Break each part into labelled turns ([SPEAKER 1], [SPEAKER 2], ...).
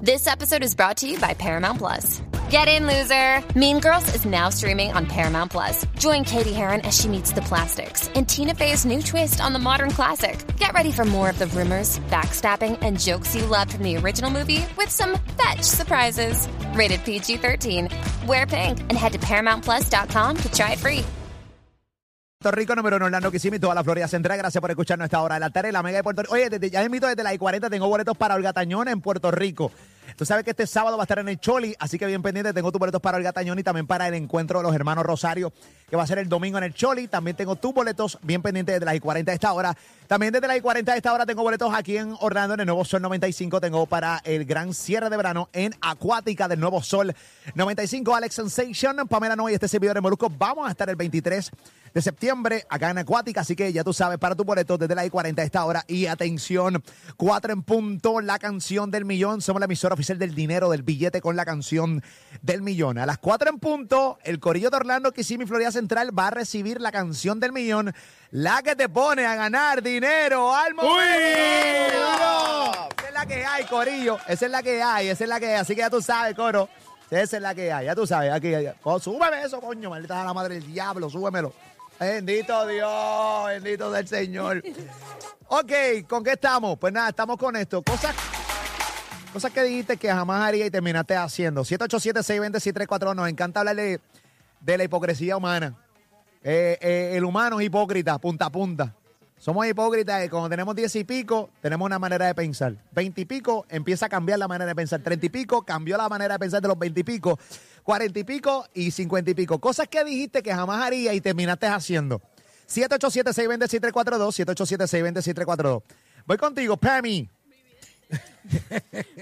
[SPEAKER 1] This episode is brought to you by Paramount Plus. Get in, loser! Mean Girls is now streaming on Paramount Plus. Join Katie Heron as she meets the plastics and Tina Fey's new twist on the modern classic. Get ready for more of the rumors, backstabbing, and jokes you loved from the original movie with some fetch surprises. Rated PG 13. Wear pink and head to ParamountPlus.com to try it free.
[SPEAKER 2] Puerto Rico, número uno, Orlando Kissimmee, toda la Florida Central. Gracias por escucharnos a esta hora de la tarde. La Mega de Puerto Rico. Oye, desde, ya invito desde la I-40, tengo boletos para Olga Tañón en Puerto Rico. Tú sabes que este sábado va a estar en el Choli, así que bien pendiente, tengo tus boletos para Olga Tañón y también para el encuentro de los hermanos Rosario, que va a ser el domingo en el Choli. También tengo tus boletos bien pendientes desde las I-40 de esta hora. También desde las I-40 de esta hora tengo boletos aquí en Orlando, en el Nuevo Sol 95. Tengo para el gran cierre de verano en Acuática del Nuevo Sol 95. Alex Sensation, Pamela Noy y este servidor de Molusco. Vamos a estar el 23 de septiembre acá en Acuática. Así que ya tú sabes, para tu boleto desde la I-40 a esta hora. Y atención, 4 en punto, la canción del millón. Somos la emisora oficial del dinero, del billete con la canción del millón. A las 4 en punto, el Corillo de Orlando, Kissimmee, Florida Central, va a recibir la canción del millón. La que te pone a ganar dinero al momento. Esa es la que hay, Corillo. Esa es la que hay, esa es la que hay. Así que ya tú sabes, coro. Esa es la que hay, ya tú sabes, aquí, allá. Oh, súbeme eso, coño, maldita sea la madre del diablo, súbemelo. Bendito Dios, bendito del Señor. Ok, ¿con qué estamos? Pues nada, estamos con esto. Cosas, cosas que dijiste que jamás haría y terminaste haciendo. 787-620-6342. Nos encanta hablar de, de la hipocresía humana. Eh, eh, el humano es hipócrita, punta a punta. Somos hipócritas y cuando tenemos 10 y pico, tenemos una manera de pensar. 20 y pico empieza a cambiar la manera de pensar. 30 y pico cambió la manera de pensar de los 20 y pico. 40 y pico y 50 y pico. Cosas que dijiste que jamás harías y terminaste haciendo. 787-620-6342. 787-620-6342. Voy contigo, Pammy.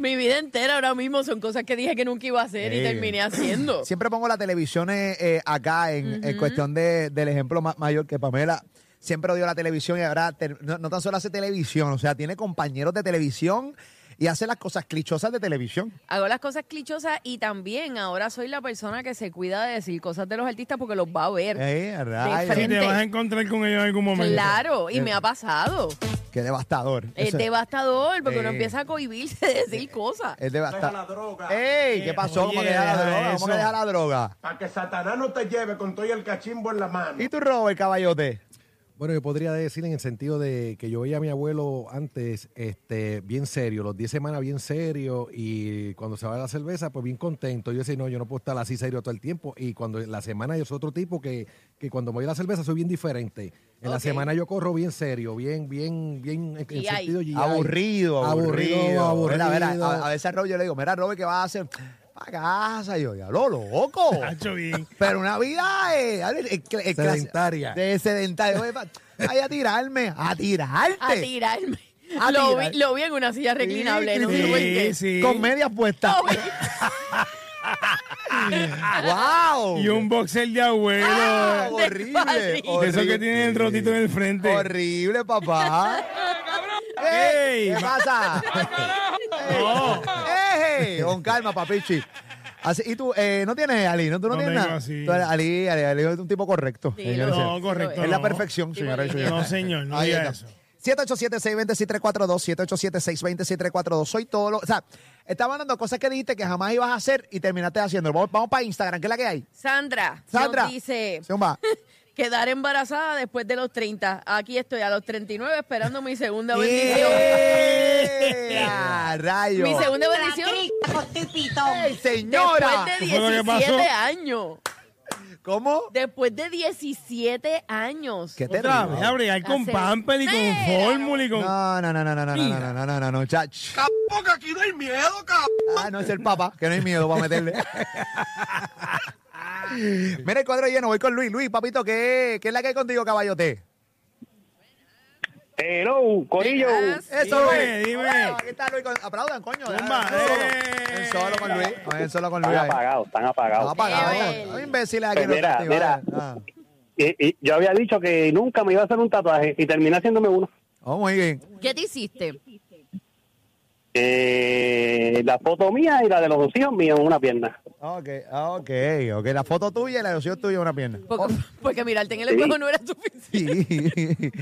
[SPEAKER 3] Mi vida entera ahora mismo son cosas que dije que nunca iba a hacer
[SPEAKER 2] Sí.
[SPEAKER 3] y terminé haciendo.
[SPEAKER 2] Siempre pongo la televisión eh, eh, acá en, en cuestión de- del ejemplo ma- mayor que Pamela. Siempre odió la televisión y ahora te- no, no tan solo hace televisión, o sea, tiene compañeros de televisión y hace las cosas clichosas de televisión.
[SPEAKER 3] Hago las cosas clichosas y también ahora soy la persona que se cuida de decir cosas de los artistas porque los va a ver.
[SPEAKER 2] Eh, rayos.
[SPEAKER 3] frente.
[SPEAKER 4] Y te vas a encontrar con ellos en algún momento.
[SPEAKER 3] Claro, y me ha pasado.
[SPEAKER 2] Qué devastador.
[SPEAKER 3] Es
[SPEAKER 2] Eso-
[SPEAKER 3] devastador porque uno
[SPEAKER 2] Sí.
[SPEAKER 3] empieza a cohibirse de decir cosas.
[SPEAKER 2] es devastador. Deja la droga. ¡Ey! ¿Qué
[SPEAKER 4] Eh,
[SPEAKER 2] pasó? ¿Cómo
[SPEAKER 4] oye,
[SPEAKER 2] que deja la
[SPEAKER 4] deja
[SPEAKER 2] droga? ¿Cómo
[SPEAKER 4] eso.
[SPEAKER 2] que deja la droga?
[SPEAKER 5] Para que Satanás no te lleve con todo y el cachimbo en la mano.
[SPEAKER 2] ¿Y tú, Robert, caballote?
[SPEAKER 6] Bueno, yo podría decir en el sentido de que yo veía a mi abuelo antes este, bien serio, los 10 semanas bien serio y cuando se va la cerveza, pues bien contento. Yo decía, no, yo no puedo estar así serio todo el tiempo. Y cuando en la semana yo soy otro tipo que, que cuando me voy a la cerveza soy bien diferente. En la
[SPEAKER 3] Ok.
[SPEAKER 6] semana yo corro bien serio, bien, bien, bien en, en
[SPEAKER 3] GI.
[SPEAKER 6] sentido GI.
[SPEAKER 2] Aburrido, aburrido.
[SPEAKER 6] aburrido.
[SPEAKER 2] Mira, mira,
[SPEAKER 6] aburrido.
[SPEAKER 2] a, a veces a Robert yo le digo, mira, Robert, ¿qué vas a hacer? Para casa. Y yo, ya lo loco.
[SPEAKER 4] Hacho bien.
[SPEAKER 2] Pero una vida eh, a ver, eh, cl- eh, clase-
[SPEAKER 6] Sedentaria.
[SPEAKER 2] De sedentaria. Oye, pa- Ay, a tirarme, a tirarte.
[SPEAKER 3] A tirarme.
[SPEAKER 2] Este. A
[SPEAKER 3] lo,
[SPEAKER 2] tirar.
[SPEAKER 3] Vi, lo vi en una silla reclinable.
[SPEAKER 2] Sí,
[SPEAKER 3] no
[SPEAKER 2] sí,
[SPEAKER 3] sé por qué.
[SPEAKER 4] sí.
[SPEAKER 2] Con medias puestas. Ah, ¡Wow!
[SPEAKER 4] Y un boxer de abuelo.
[SPEAKER 3] Ah,
[SPEAKER 2] horrible,
[SPEAKER 3] Despacito.
[SPEAKER 4] de
[SPEAKER 2] horrible.
[SPEAKER 4] esos que tienen el rotito en el frente.
[SPEAKER 2] Horrible, papá. Eh,
[SPEAKER 4] ¡Ey! Oh.
[SPEAKER 2] ¿Qué pasa?
[SPEAKER 4] No.
[SPEAKER 2] ¡Ey! Con calma, papichi. Así, y tú, eh, no tienes Ali, ¿no? Tú no,
[SPEAKER 4] No
[SPEAKER 2] tienes
[SPEAKER 4] tengo
[SPEAKER 2] nada.
[SPEAKER 4] así.
[SPEAKER 2] Tú eres- Ali, Ali, Ali es un tipo correcto.
[SPEAKER 3] Sí,
[SPEAKER 2] señores.
[SPEAKER 3] lo-
[SPEAKER 4] No, correcto,
[SPEAKER 2] Es la
[SPEAKER 4] no.
[SPEAKER 2] perfección, señora.
[SPEAKER 4] No, señor, no
[SPEAKER 2] Ahí
[SPEAKER 4] diga
[SPEAKER 2] está.
[SPEAKER 4] eso.
[SPEAKER 2] 787-620-6342, 787-620-6342. Soy todo lo. O sea, estaba hablando de cosas que dijiste que jamás ibas a hacer y terminaste haciendo. Vamos, vamos para Instagram, ¿qué es la que hay?
[SPEAKER 3] Sandra,
[SPEAKER 2] Sandra.
[SPEAKER 3] nos dice
[SPEAKER 2] Zumba.
[SPEAKER 3] quedar embarazada después de los 30. Aquí estoy a los 39 esperando mi segunda bendición.
[SPEAKER 2] ¡Eh! ¡Ah, rayo!
[SPEAKER 3] Mi segunda bendición
[SPEAKER 2] ¡Ey, señora!
[SPEAKER 3] después
[SPEAKER 4] ¿Qué fue
[SPEAKER 3] de
[SPEAKER 4] lo que pasó?
[SPEAKER 3] 17 años.
[SPEAKER 2] ¿Cómo?
[SPEAKER 3] Después de 17 años.
[SPEAKER 2] ¿Qué te
[SPEAKER 4] Otra vez a bregar con
[SPEAKER 3] Hace-
[SPEAKER 4] pamper y con
[SPEAKER 3] Pero-
[SPEAKER 4] fórmula y con...
[SPEAKER 2] No, no, no, no, no, no, no, no, no, no, no, no, no, chach.
[SPEAKER 5] Tampoco aquí no hay miedo, cabrón.
[SPEAKER 2] Ah, no es el papá, que no hay miedo para meterle. Mira el cuadro lleno, voy con Luis. Luis, papito, ¿qué, qué es la que hay contigo, caballote?
[SPEAKER 7] Hello, Corillo.
[SPEAKER 3] Verás,
[SPEAKER 2] Eso
[SPEAKER 4] Dime,
[SPEAKER 2] es.
[SPEAKER 4] dime.
[SPEAKER 2] Bueno, Aquí está Luis. con- Aplaudan, coño.
[SPEAKER 4] Zumba,
[SPEAKER 2] Ven solo.
[SPEAKER 4] eh.
[SPEAKER 2] Ven solo con Luis. Ven solo con Luis.
[SPEAKER 7] Están
[SPEAKER 2] ahí.
[SPEAKER 7] apagados, están
[SPEAKER 2] Están
[SPEAKER 7] apagados.
[SPEAKER 2] apagados.
[SPEAKER 3] Ven.
[SPEAKER 2] Hay imbéciles aquí.
[SPEAKER 7] Pues mira,
[SPEAKER 2] no están activados. Ah.
[SPEAKER 7] Y- y yo había dicho que nunca me iba a hacer un tatuaje y terminé haciéndome uno.
[SPEAKER 2] Oh, muy bien.
[SPEAKER 3] ¿Qué te hiciste?
[SPEAKER 7] Eh, la foto mía y la de los dos hijos míos en una pierna.
[SPEAKER 2] Ah, Ok, ok, ok. La foto tuya y la ilusión tuya en una pierna.
[SPEAKER 3] Porque, porque mirarte en el espejo no era suficiente.
[SPEAKER 2] Oh. Sí.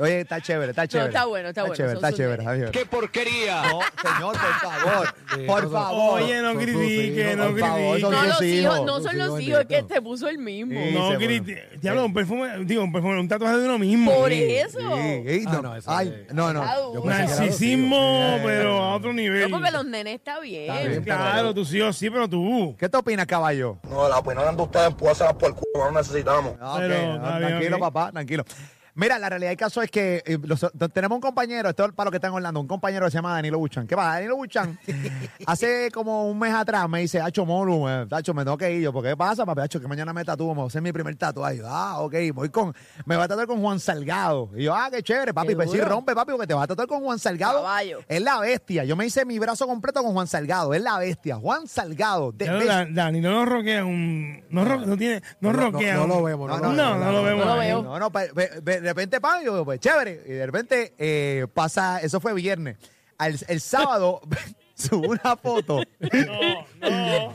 [SPEAKER 2] Oye, está chévere, está chévere.
[SPEAKER 3] está bueno, está bueno,
[SPEAKER 2] Chévere,
[SPEAKER 3] son
[SPEAKER 2] está
[SPEAKER 3] sus
[SPEAKER 2] chévere,
[SPEAKER 3] nenes.
[SPEAKER 2] ¡Qué porquería! No, señor, por favor. Por favor.
[SPEAKER 4] Oye, no
[SPEAKER 6] Por tus
[SPEAKER 4] critique,
[SPEAKER 6] hijos,
[SPEAKER 4] no
[SPEAKER 2] por favor,
[SPEAKER 4] critique.
[SPEAKER 2] son
[SPEAKER 3] No,
[SPEAKER 2] sus hijos.
[SPEAKER 3] los hijos, no
[SPEAKER 6] Sus
[SPEAKER 3] son los
[SPEAKER 6] hijos
[SPEAKER 3] hijos, es
[SPEAKER 6] benditos.
[SPEAKER 3] que te puso el mismo.
[SPEAKER 2] Sí.
[SPEAKER 4] No
[SPEAKER 2] Dice,
[SPEAKER 4] critique.
[SPEAKER 2] bueno.
[SPEAKER 4] Diablo, un perfume, digo, un perfume, un tatuaje de uno mismo.
[SPEAKER 3] Por
[SPEAKER 4] Sí.
[SPEAKER 3] eso.
[SPEAKER 2] Sí, sí,
[SPEAKER 6] Ah,
[SPEAKER 2] no.
[SPEAKER 6] no, eso
[SPEAKER 2] Ay,
[SPEAKER 6] es-
[SPEAKER 2] no, no.
[SPEAKER 3] Está
[SPEAKER 6] Yo
[SPEAKER 3] duro.
[SPEAKER 6] pensé que era
[SPEAKER 4] Narcisismo,
[SPEAKER 6] adoptivo.
[SPEAKER 4] pero a otro nivel.
[SPEAKER 3] No, porque los nenes está bien.
[SPEAKER 6] Está bien.
[SPEAKER 4] Claro, tus hijos sí, pero tú.
[SPEAKER 2] ¿Qué te opinas, caballo?
[SPEAKER 8] No, la opinión de ustedes puede ser por culo, no necesitamos.
[SPEAKER 2] Ah,
[SPEAKER 4] Pero,
[SPEAKER 2] ok, no,
[SPEAKER 4] está bien,
[SPEAKER 2] tranquilo,
[SPEAKER 4] ok.
[SPEAKER 2] papá, tranquilo. Mira, la realidad del caso es que eh, los- tenemos un compañero, esto es para los que están hablando, un compañero que se llama Danilo Buchan. ¿Qué pasa? Danilo Buchan, hace como un mes atrás me dice, Hacho Molu, eh, Hacho, me tengo que ir. Yo, ¿por qué pasa, papi? Hacho, que mañana me tatúo, me voy a hacer mi primer tatuaje. Yo, ah, ok, voy con, me va a tatuar con Juan Salgado. Y yo, ah, qué chévere, papi,
[SPEAKER 3] Qué
[SPEAKER 2] pues sí,
[SPEAKER 3] duro.
[SPEAKER 2] rompe, papi, porque te va a tatuar con Juan Salgado.
[SPEAKER 3] Caballo.
[SPEAKER 2] Es la bestia. Yo me hice mi brazo completo con Juan Salgado, es la bestia. Juan Salgado, de,
[SPEAKER 4] Ya
[SPEAKER 2] de-
[SPEAKER 4] lo- Dan- Dani, no nos roquea un. No, ro- no tiene. No,
[SPEAKER 6] No, no,
[SPEAKER 4] roquea.
[SPEAKER 6] no
[SPEAKER 4] un-
[SPEAKER 6] lo vemos,
[SPEAKER 4] No,
[SPEAKER 6] no
[SPEAKER 4] no,
[SPEAKER 6] lo vemos,
[SPEAKER 4] no lo vemos.
[SPEAKER 3] No lo
[SPEAKER 4] ahí.
[SPEAKER 3] veo.
[SPEAKER 2] No, no, pa- pe- pe- de repente pa, yo, pues chévere. Y de repente eh, pasa, eso fue viernes. Al- el sábado subo una foto
[SPEAKER 4] No,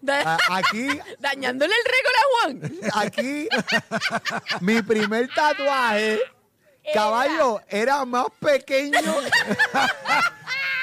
[SPEAKER 3] Da-
[SPEAKER 2] a- aquí,
[SPEAKER 3] Dañándole el récord a Juan.
[SPEAKER 2] aquí, mi primer tatuaje, caballo, era más pequeño.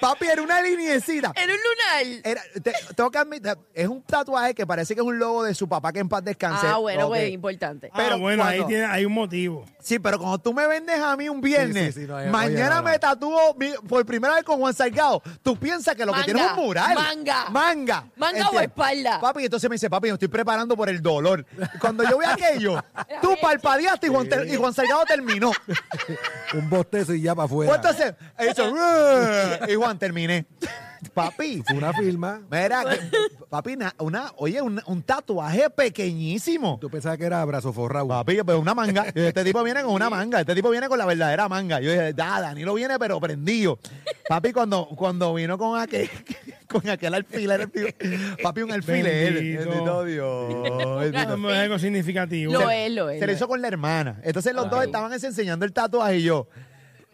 [SPEAKER 2] Papi, era una liniecita.
[SPEAKER 3] En un lunar.
[SPEAKER 2] Era, te- tengo que admitir, es un tatuaje que parece que es un logo de su papá que en paz descanse.
[SPEAKER 3] Ah, bueno,
[SPEAKER 2] Ok. Ah,
[SPEAKER 3] pues importante.
[SPEAKER 4] Pero
[SPEAKER 2] Pero
[SPEAKER 4] Ah, bueno, ahí
[SPEAKER 2] cuando-
[SPEAKER 4] tiene, hay un motivo.
[SPEAKER 2] Sí, pero cuando tú me vendes a mí un viernes,
[SPEAKER 6] Sí, sí, sí, no, eh,
[SPEAKER 2] mañana
[SPEAKER 6] oye, no, no.
[SPEAKER 2] me tatúo mi- por primera vez con Juan Salgado, tú piensas que lo
[SPEAKER 3] Manga,
[SPEAKER 2] que tienes es un mural.
[SPEAKER 3] manga.
[SPEAKER 2] Manga.
[SPEAKER 3] Manga
[SPEAKER 2] ¿Entiendes?
[SPEAKER 3] o espalda.
[SPEAKER 2] Papi, entonces me dice, papi, me estoy preparando por el dolor. Cuando yo veo aquello, tú palpadeaste y Juan, y Juan Salgado terminó.
[SPEAKER 6] Un bostezo y ya para
[SPEAKER 2] Pues
[SPEAKER 6] afuera.
[SPEAKER 2] entonces, hizo, "Ruh", y Juan terminé. Papi.
[SPEAKER 6] Una firma.
[SPEAKER 2] Mira, que- papi, na- una, oye, un, un tatuaje pequeñísimo.
[SPEAKER 6] Tú pensabas que era brazo forrado.
[SPEAKER 2] Papi, pues una manga. Este tipo viene con una manga. Este tipo viene con la verdadera manga. Yo dije, da, Danilo viene, pero prendido. Papi, cuando, cuando vino con aquel, con aquel alfiler, el tío- papi, un alfiler.
[SPEAKER 4] Bendito.
[SPEAKER 2] Bendito Dios.
[SPEAKER 4] No,
[SPEAKER 2] Bendito.
[SPEAKER 4] no es algo significativo.
[SPEAKER 3] Lo es, lo
[SPEAKER 2] Se
[SPEAKER 3] es. lo
[SPEAKER 2] le
[SPEAKER 3] es.
[SPEAKER 2] hizo con la hermana. Entonces los dos estaban ese- enseñando el tatuaje y yo,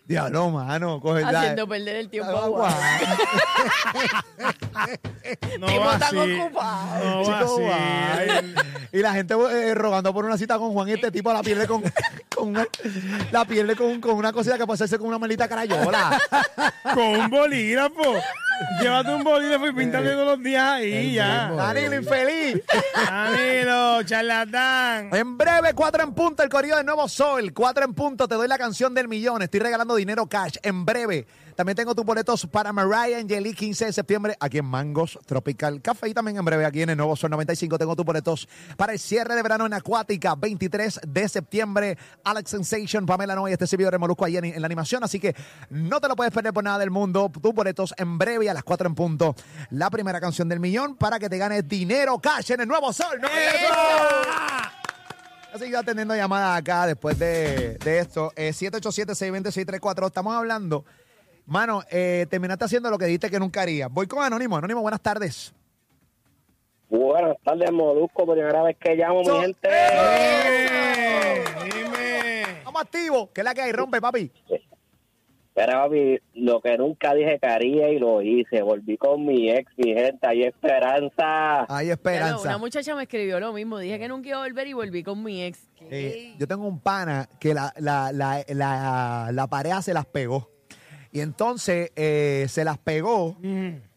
[SPEAKER 2] diablo, mano, coge la-
[SPEAKER 3] Haciendo perder el tiempo a
[SPEAKER 2] Guau.
[SPEAKER 3] Juan.
[SPEAKER 4] No
[SPEAKER 3] Tipo
[SPEAKER 4] va
[SPEAKER 3] tan
[SPEAKER 4] así.
[SPEAKER 3] ocupado.
[SPEAKER 4] No va
[SPEAKER 2] Chico,
[SPEAKER 4] así.
[SPEAKER 2] guay. Y la gente eh, rogando por una cita con Juan y este tipo la pierde con, con una, la pierde con, con una cosita que puede hacerse con una maldita carayola.
[SPEAKER 4] Con un bolígrafo. Llévate un bolígrafo y píntate todos los días ahí
[SPEAKER 6] Eh, el
[SPEAKER 4] ya.
[SPEAKER 6] mismo.
[SPEAKER 2] Danilo infeliz.
[SPEAKER 4] Danilo, charlatán.
[SPEAKER 2] En breve, 4 en punto, el corrido del nuevo Sol. 4 en punto, te doy la canción del millón. Estoy regalando dinero cash. En breve, también tengo tus boletos para Mariah Angeli, 15 de septiembre, aquí en Mangos Tropical Café. Y también en breve, aquí en el nuevo Sol 95, tengo tus boletos para el cierre de verano en Acuática, 23 de septiembre. Alex Sensation, Pamela Noy, este servidor de Molusco ahí en, en la animación. Así que no te lo puedes perder por nada del mundo. Tus boletos en breve, a las 4 en punto. La primera canción del millón para que te ganes dinero cash en el nuevo Sol. ¡No ha seguido atendiendo llamadas acá después de, de esto. Eh, 787-620-634. Estamos hablando. Mano, eh, terminaste haciendo lo que dijiste que nunca harías. Voy con Anónimo. Anónimo, buenas tardes.
[SPEAKER 7] Buenas tardes, Molusco. Primera vez que llamo,
[SPEAKER 2] So-
[SPEAKER 7] mi gente.
[SPEAKER 4] Eh, Dime.
[SPEAKER 2] Vamos activo. ¿Qué es la que hay? Rompe, papi.
[SPEAKER 7] Pero, papi, lo que nunca dije que haría y lo hice. Volví con mi ex, mi gente. Hay esperanza.
[SPEAKER 2] Hay
[SPEAKER 3] Ya lo-
[SPEAKER 2] esperanza.
[SPEAKER 3] Una muchacha me escribió lo mismo. Dije que nunca iba a volver y volví con mi ex.
[SPEAKER 2] Eh, yo tengo un pana que la, la, la, la- la pareja se las pegó. Y entonces eh, se las pegó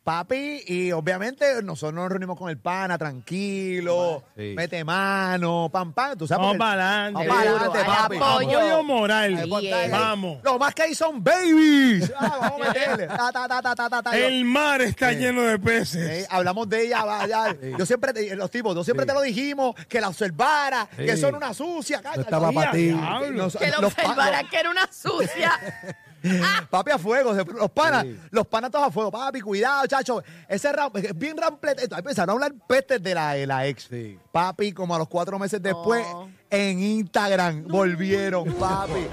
[SPEAKER 2] papi y obviamente nosotros nos reunimos con el pana, tranquilo,
[SPEAKER 6] Sí.
[SPEAKER 2] mete mano, pam, pam. Tú sabes
[SPEAKER 4] Vamos
[SPEAKER 2] porque-
[SPEAKER 4] para adelante.
[SPEAKER 2] Vamos para adelante,
[SPEAKER 3] Hay
[SPEAKER 2] papi. pues,
[SPEAKER 3] apoyo.
[SPEAKER 4] Apoyo moral.
[SPEAKER 3] Ahí es.
[SPEAKER 4] Vamos.
[SPEAKER 2] Lo más que hay son babies. Ah, vamos a meterle. Ta, ta, ta, ta, ta, ta, ta.
[SPEAKER 4] El mar está lleno de
[SPEAKER 2] Eh,
[SPEAKER 4] peces.
[SPEAKER 2] hablamos de ella, va, ya. yo siempre, te- eh, los tipos, yo siempre
[SPEAKER 6] Sí.
[SPEAKER 2] te lo dijimos, que la observara, que
[SPEAKER 6] Sí.
[SPEAKER 2] son una sucia. cállate.
[SPEAKER 6] estaba
[SPEAKER 2] Mira,
[SPEAKER 6] pa' ti.
[SPEAKER 2] diablo. Nos-
[SPEAKER 3] Que lo
[SPEAKER 2] los pa-
[SPEAKER 3] observara que Ah. era una sucia.
[SPEAKER 2] los- Papi a fuego, se- los panas,
[SPEAKER 6] Sí.
[SPEAKER 2] los panas todos a fuego, papi, cuidado, chacho. Ese ram, es bien ramplete. Entonces, Empezaron a hablar pestes de la, de la ex.
[SPEAKER 6] Sí.
[SPEAKER 2] Papi, como a los cuatro meses después,
[SPEAKER 3] No.
[SPEAKER 2] en Instagram volvieron, papi.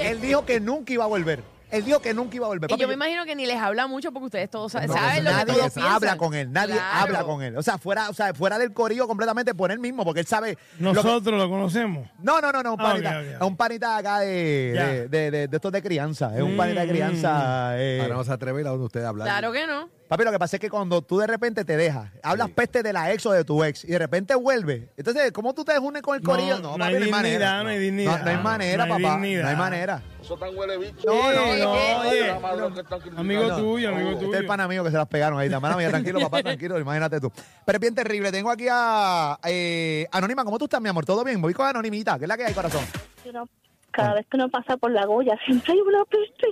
[SPEAKER 2] Él dijo que nunca iba a volver. Él dijo que nunca iba a volver.
[SPEAKER 3] Y
[SPEAKER 2] Papi,
[SPEAKER 3] yo me imagino que ni les habla mucho porque ustedes todos sa-
[SPEAKER 2] No, pues,
[SPEAKER 3] saben lo que
[SPEAKER 2] nadie
[SPEAKER 3] todos
[SPEAKER 2] habla
[SPEAKER 3] piensan.
[SPEAKER 2] con él, nadie
[SPEAKER 3] Claro.
[SPEAKER 2] habla con él. O sea, fuera, o sea, fuera del corillo completamente por él mismo, porque él sabe. lo que-
[SPEAKER 4] Nosotros lo conocemos.
[SPEAKER 2] no, no, no, no, un
[SPEAKER 4] Ah, ok,
[SPEAKER 2] panita.
[SPEAKER 4] ok, ok.
[SPEAKER 2] Un panita acá
[SPEAKER 4] Ya. Mm.
[SPEAKER 2] de, de, de, de- de estos de crianza. Es un panita de crianza. eh.
[SPEAKER 6] Ahora Ah, no se atreve a donde usted habla.
[SPEAKER 3] Claro que no.
[SPEAKER 2] Papi, lo que pasa es que cuando tú de repente te dejas, hablas peste de la ex o de tu ex, y de repente vuelve. Entonces, ¿cómo tú te unes con el
[SPEAKER 4] No,
[SPEAKER 2] corillo?
[SPEAKER 4] no hay dignidad, no hay dignidad.
[SPEAKER 2] No, no hay manera,
[SPEAKER 4] No hay
[SPEAKER 2] papá.
[SPEAKER 4] dignidad.
[SPEAKER 2] No hay manera.
[SPEAKER 9] Eso tan huele bicho.
[SPEAKER 2] No, no,
[SPEAKER 4] Oye,
[SPEAKER 2] no,
[SPEAKER 4] oye,
[SPEAKER 9] Malo que están criticando.
[SPEAKER 4] Amigo tuyo, amigo
[SPEAKER 2] Este
[SPEAKER 4] tuyo.
[SPEAKER 2] es el pana mío que se las pegaron ahí. Hermana mía, tranquilo, papá, tranquilo, imagínate tú. Pero es bien terrible. Tengo aquí a eh, Anónima. ¿Cómo tú estás, mi amor? ¿Todo bien? Voy con Anonimita, que es la que hay, corazón.
[SPEAKER 10] Uno-
[SPEAKER 2] Ah.
[SPEAKER 10] cada vez que uno pasa por la Goya siempre hay una peste.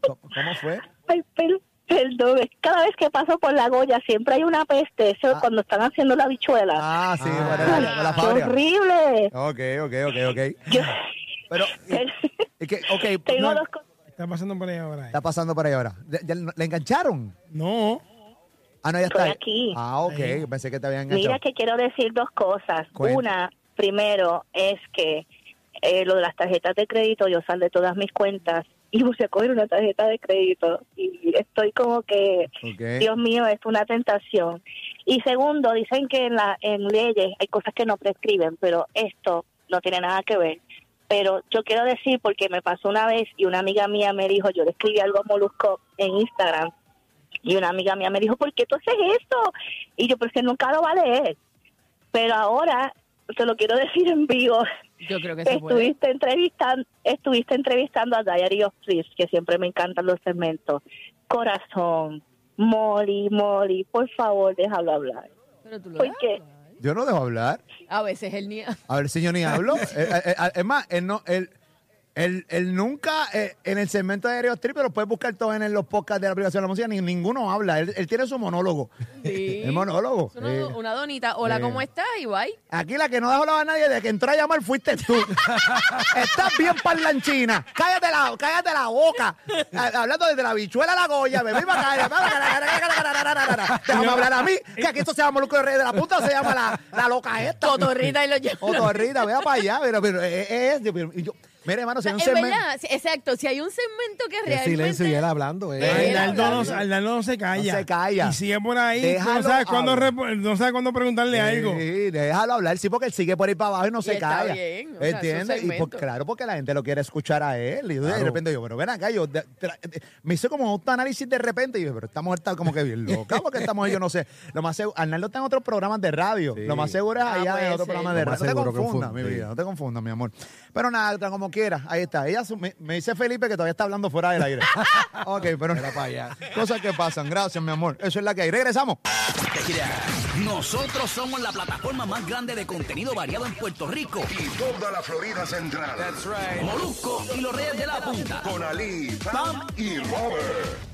[SPEAKER 2] ¿Cómo cómo fue?
[SPEAKER 10] Ay, per- perdón, es cada vez que paso por la Goya siempre hay una peste. Eso es
[SPEAKER 2] Ah.
[SPEAKER 10] cuando están haciendo la bichuela.
[SPEAKER 2] Ah, sí, bueno, la, la,
[SPEAKER 10] ¡Qué
[SPEAKER 2] fábrica.
[SPEAKER 10] horrible!
[SPEAKER 2] Ok, ok, ok, ok.
[SPEAKER 10] Yo
[SPEAKER 2] Pero, es que, ok,
[SPEAKER 10] tengo
[SPEAKER 2] no,
[SPEAKER 10] dos cosas.
[SPEAKER 4] Está pasando por ahí ahora. eh.
[SPEAKER 2] está pasando por ahí ahora. Ya- ya ¿Le engancharon?
[SPEAKER 4] No.
[SPEAKER 2] Ah, no, ya está.
[SPEAKER 10] Estoy aquí.
[SPEAKER 2] Ah, ok, yo pensé que te habían enganchado.
[SPEAKER 10] Mira que quiero decir dos cosas.
[SPEAKER 2] Cuenta.
[SPEAKER 10] Una, primero, es que eh, lo de las tarjetas de crédito, yo sal de todas mis cuentas y puse a coger una tarjeta de crédito y estoy como que,
[SPEAKER 2] Ok.
[SPEAKER 10] Dios mío, es una tentación. Y segundo, dicen que en, la, en leyes hay cosas que no prescriben, pero esto no tiene nada que ver. Pero yo quiero decir, porque me pasó una vez y una amiga mía me dijo, yo le escribí algo a Molusco en Instagram y una amiga mía me dijo, ¿por qué tú haces esto? Y yo, porque nunca lo va a leer. Pero ahora, te lo quiero decir en vivo,
[SPEAKER 3] Yo creo que se puede.
[SPEAKER 10] estuviste entrevistando, estuviste entrevistando a Diary of Thrift, que siempre me encantan los segmentos. Corazón, Molly, Molly, por favor, déjalo hablar.
[SPEAKER 3] Pero tú lo
[SPEAKER 10] Porque
[SPEAKER 2] Yo no dejo hablar.
[SPEAKER 3] A veces él ni...
[SPEAKER 2] A ver si yo ni hablo. Eh, eh, eh, es más, él no, él, él, él nunca, eh, en el segmento de Aereo Trip, pero puedes buscar todos en el- los podcasts de la aplicación de la música, ni ninguno habla. Él, él tiene su monólogo.
[SPEAKER 3] Sí.
[SPEAKER 2] El monólogo.
[SPEAKER 3] Es Una,
[SPEAKER 2] Eh,
[SPEAKER 3] una donita. Hola,
[SPEAKER 2] eh.
[SPEAKER 3] ¿cómo estás? Y bye.
[SPEAKER 2] Aquí la que no dejó hablar a nadie de que entró a llamar fuiste tú. Estás bien parlanchina. Cállate la, cállate la boca. Ha- Hablando desde la bichuela a la goya, bebé, para acá, para acá, para acá, para acá, para acá, para acá. Déjame hablar a mí, que aquí esto se llama Luco de Reyes de la Punta, se llama la, la loca esta.
[SPEAKER 3] Cotorrita y lo llevo.
[SPEAKER 2] Otorrita, vea para allá, pero, pero es, es- pero- y yo, mira, hermano, si hay un
[SPEAKER 3] Es
[SPEAKER 2] segmento.
[SPEAKER 3] verdad, sí, exacto. Si hay un segmento que
[SPEAKER 6] El
[SPEAKER 3] realmente...
[SPEAKER 6] silencio y él hablando. eh.
[SPEAKER 3] Él
[SPEAKER 4] Arnaldo no,
[SPEAKER 3] habla.
[SPEAKER 4] Arnaldo no se calla.
[SPEAKER 2] No se calla.
[SPEAKER 4] Y sigue por ahí, tú
[SPEAKER 2] Déjalo
[SPEAKER 4] no sabes, cuándo
[SPEAKER 2] hablar.
[SPEAKER 4] repo- no sabes cuándo preguntarle algo.
[SPEAKER 2] Sí, déjalo hablar, sí, porque él sigue por ahí para abajo y no se
[SPEAKER 3] está
[SPEAKER 2] calla.
[SPEAKER 3] bien, o sea, es un
[SPEAKER 2] ¿Entiendes? Y por-
[SPEAKER 3] segmento.
[SPEAKER 2] claro, porque la gente lo quiere escuchar a él. Y de repente yo, pero ven acá, yo de- tra- de- me hice como un análisis de repente. Y yo, pero esta mujer está como que bien loca, porque estamos ahí, yo no sé. Lo más seguro, Arnaldo está en otros programas de radio. Lo más seguro es
[SPEAKER 3] Ah,
[SPEAKER 2] allá
[SPEAKER 3] puede
[SPEAKER 2] en otro
[SPEAKER 3] ser.
[SPEAKER 2] programa de
[SPEAKER 6] Lo más
[SPEAKER 2] radio. No te
[SPEAKER 6] seguro que
[SPEAKER 2] confundas, mi
[SPEAKER 6] confunde, sí.
[SPEAKER 2] vida, no te confundas, mi amor. Pero nada, tra- como quieras, ahí está. Ella su- me, me dice Felipe que todavía está hablando fuera del aire. ok, pero
[SPEAKER 6] Era para allá.
[SPEAKER 2] cosas que pasan. Gracias, mi amor. Eso es la que hay. Regresamos.
[SPEAKER 11] Nosotros somos la plataforma más grande de contenido variado en Puerto Rico.
[SPEAKER 8] Y toda la Florida Central.
[SPEAKER 11] Molusco y los Reyes de la Punta.
[SPEAKER 8] Con Ali, Pam y Robert.